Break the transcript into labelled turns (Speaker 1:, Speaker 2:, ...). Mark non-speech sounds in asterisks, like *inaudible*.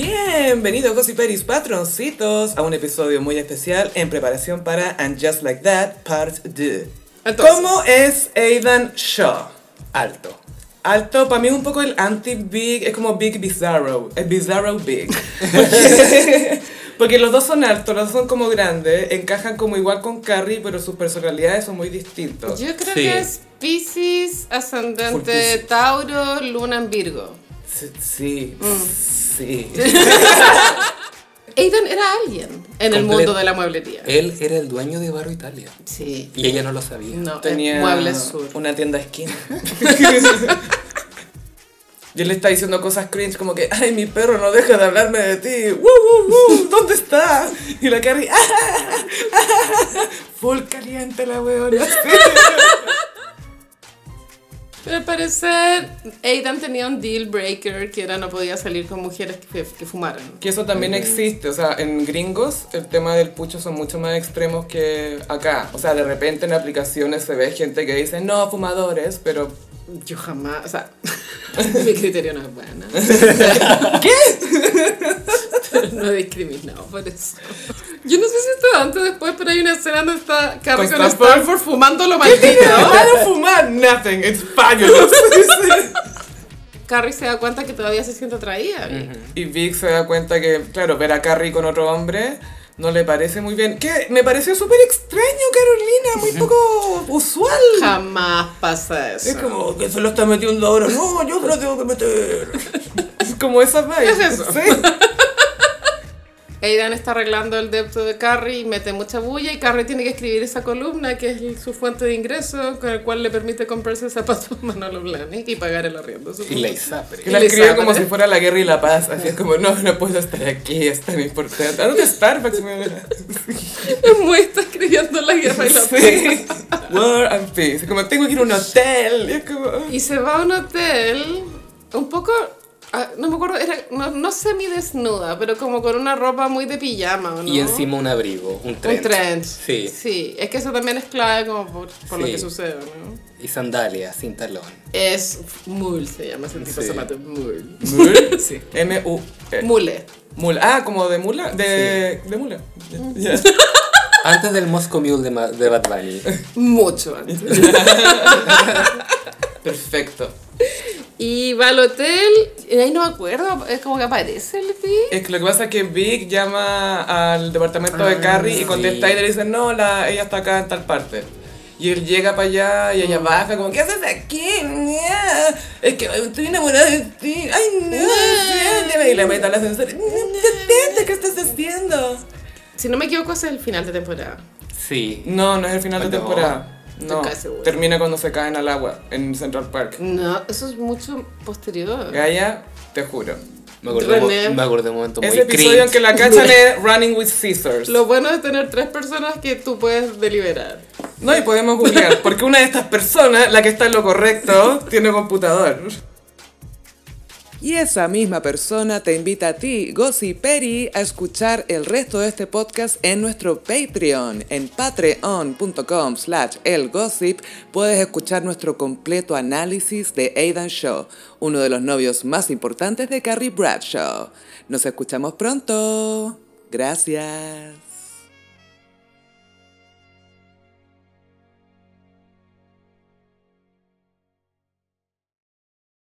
Speaker 1: Bienvenidos Gossiperis patroncitos a un episodio muy especial en preparación para And Just Like That Part 2.
Speaker 2: Entonces.
Speaker 1: ¿Cómo es Aidan Shaw? Alto. Alto, para mí es un poco el anti-big, es como big bizarro, es bizarro
Speaker 2: *laughs*
Speaker 1: big. Porque, porque los dos son altos, los dos son como grandes, encajan como igual con Carrie, pero sus personalidades son muy distintos.
Speaker 2: Yo creo
Speaker 3: Sí.
Speaker 2: que es Pisces,
Speaker 1: Full
Speaker 2: ascendente
Speaker 1: Piscis.
Speaker 2: Tauro, Luna en Virgo.
Speaker 1: Sí, sí.
Speaker 2: Mm.
Speaker 1: sí.
Speaker 2: Aidan era alguien en el
Speaker 3: Comple-
Speaker 2: mundo de la mueblería.
Speaker 3: *laughs*
Speaker 1: Eh.
Speaker 3: Él era el dueño de Barro Italia.
Speaker 2: Sí.
Speaker 3: Y ella no lo sabía.
Speaker 2: No,
Speaker 1: tenía
Speaker 2: es Muebles Sur.
Speaker 1: una tienda
Speaker 2: *laughs*
Speaker 1: esquina. *laughs* Yo le estaba diciendo cosas cringe como que, ay, mi perro no deja de hablarme de ti. ¡Woo, woo, woo! ¿Dónde está? Y la Carrie, ¡ah! ah, ah". Full caliente la
Speaker 2: *laughs*
Speaker 1: weona.
Speaker 2: Pero al parecer, Aidan tenía un deal breaker que era no podía salir con mujeres que, que fumaran.
Speaker 1: Que eso también existe, o sea, en gringos el tema del pucho son mucho más extremos que acá. O sea, de repente en aplicaciones se ve gente que dice, no, fumadores, pero...
Speaker 2: Yo jamás, o sea, *laughs* mi criterio no es
Speaker 1: *laughs*
Speaker 2: bueno. Pero no he discriminado por eso. Yo no sé si esto es antes o después, pero hay una escena donde está Carrie
Speaker 1: Con
Speaker 2: con
Speaker 1: Stanford.
Speaker 2: Stanford fumando lo maldito.
Speaker 1: *laughs* ¡Para fumar! Nothing, it's
Speaker 2: *laughs*
Speaker 1: fabulous.
Speaker 2: Carrie se da cuenta que todavía se siente atraída.
Speaker 1: Y Vic se da cuenta que, claro, ver a Carrie con otro hombre no le parece muy bien. Que me pareció súper extraño, Carolina, muy poco usual.
Speaker 2: Jamás pasa eso.
Speaker 1: Es como que se lo está metiendo ahora. No, yo se lo tengo que meter. Es *laughs* como esa vibes.
Speaker 2: Es eso. *laughs*
Speaker 1: Sí.
Speaker 2: Aidan está arreglando el depto de Carrie y mete mucha bulla y Carrie tiene que escribir esa columna que es su fuente de ingreso con el cual le permite comprarse zapatos Manolo Blahnik y pagar el arriendo.
Speaker 3: Y
Speaker 2: supongo.
Speaker 3: la Isapre.
Speaker 1: Y la
Speaker 2: Y le
Speaker 1: escribe
Speaker 2: saca,
Speaker 1: como
Speaker 2: ¿eh?
Speaker 1: si fuera la guerra y la paz. Así es como, no, no puedo estar aquí, es tan importante. ¿A dónde Starbucks?
Speaker 2: Es *laughs* muy está escribiendo la guerra y la paz.
Speaker 1: Sí. War and peace. Es como, tengo que ir a un hotel. Y es
Speaker 2: *laughs*
Speaker 1: como... ah.
Speaker 2: Y se va a un hotel un poco... ah, No me acuerdo, era, no, no semidesnuda, pero como con una ropa muy de pijama, ¿o ¿no?
Speaker 3: Y encima un abrigo, un tren.
Speaker 2: Un trench.
Speaker 3: Sí.
Speaker 2: Sí, es que eso también es clave como por, por lo
Speaker 3: Sí.
Speaker 2: que sucede, ¿no?
Speaker 3: Y sandalias, sin talón.
Speaker 2: Es mule, se llama ese tipo de
Speaker 3: Sí.
Speaker 2: zapatos, mule.
Speaker 1: Mule.
Speaker 3: Sí.
Speaker 1: M-U. eh,
Speaker 2: Mule.
Speaker 1: Mula. Ah, como de mula. De, de mula. Ya.
Speaker 3: Antes del Moscow Mule de, Ma- de Bad Bunny.
Speaker 2: Mucho antes.
Speaker 3: *laughs*
Speaker 1: Perfecto.
Speaker 2: Y va al hotel, y ahí no me acuerdo, es como que aparece el tío.
Speaker 1: Es que lo que pasa es que Vic llama al departamento de
Speaker 2: Ah,
Speaker 1: Carrie y contesta
Speaker 3: sí.
Speaker 1: y le dice, no, la, ella está acá en tal parte. Y él llega para allá y ella baja como, ¿qué haces aquí? Nya. Es que estoy enamorada de ti. Ay, no, siénteme. Y le mete al ascensor. "No, detente, ¿qué estás haciendo?
Speaker 2: Si no me equivoco, ese es el final de temporada.
Speaker 3: Sí.
Speaker 1: No, no es el final de
Speaker 3: No.
Speaker 1: temporada. No,
Speaker 2: Estoy casi segura.
Speaker 1: termina cuando se caen al agua en Central Park.
Speaker 2: No, eso es mucho posterior.
Speaker 1: Gaia, te juro.
Speaker 3: Me acordé, mo-
Speaker 2: René.
Speaker 3: me acordé de un momento muy
Speaker 1: Ese episodio en
Speaker 3: cringe.
Speaker 1: que la cachan *laughs* es Running with Scissors.
Speaker 2: Lo bueno es tener tres personas que tú puedes deliberar.
Speaker 1: No, y podemos googlear, porque una de estas personas, la que está en lo correcto, tiene computador. Y esa misma persona te invita a ti, Gossi Peri, a escuchar el resto de este podcast en nuestro Patreon. En patreon.com slash elgossip puedes escuchar nuestro completo análisis de Aidan Shaw, uno de los novios más importantes de Carrie Bradshaw. Nos escuchamos pronto. Gracias.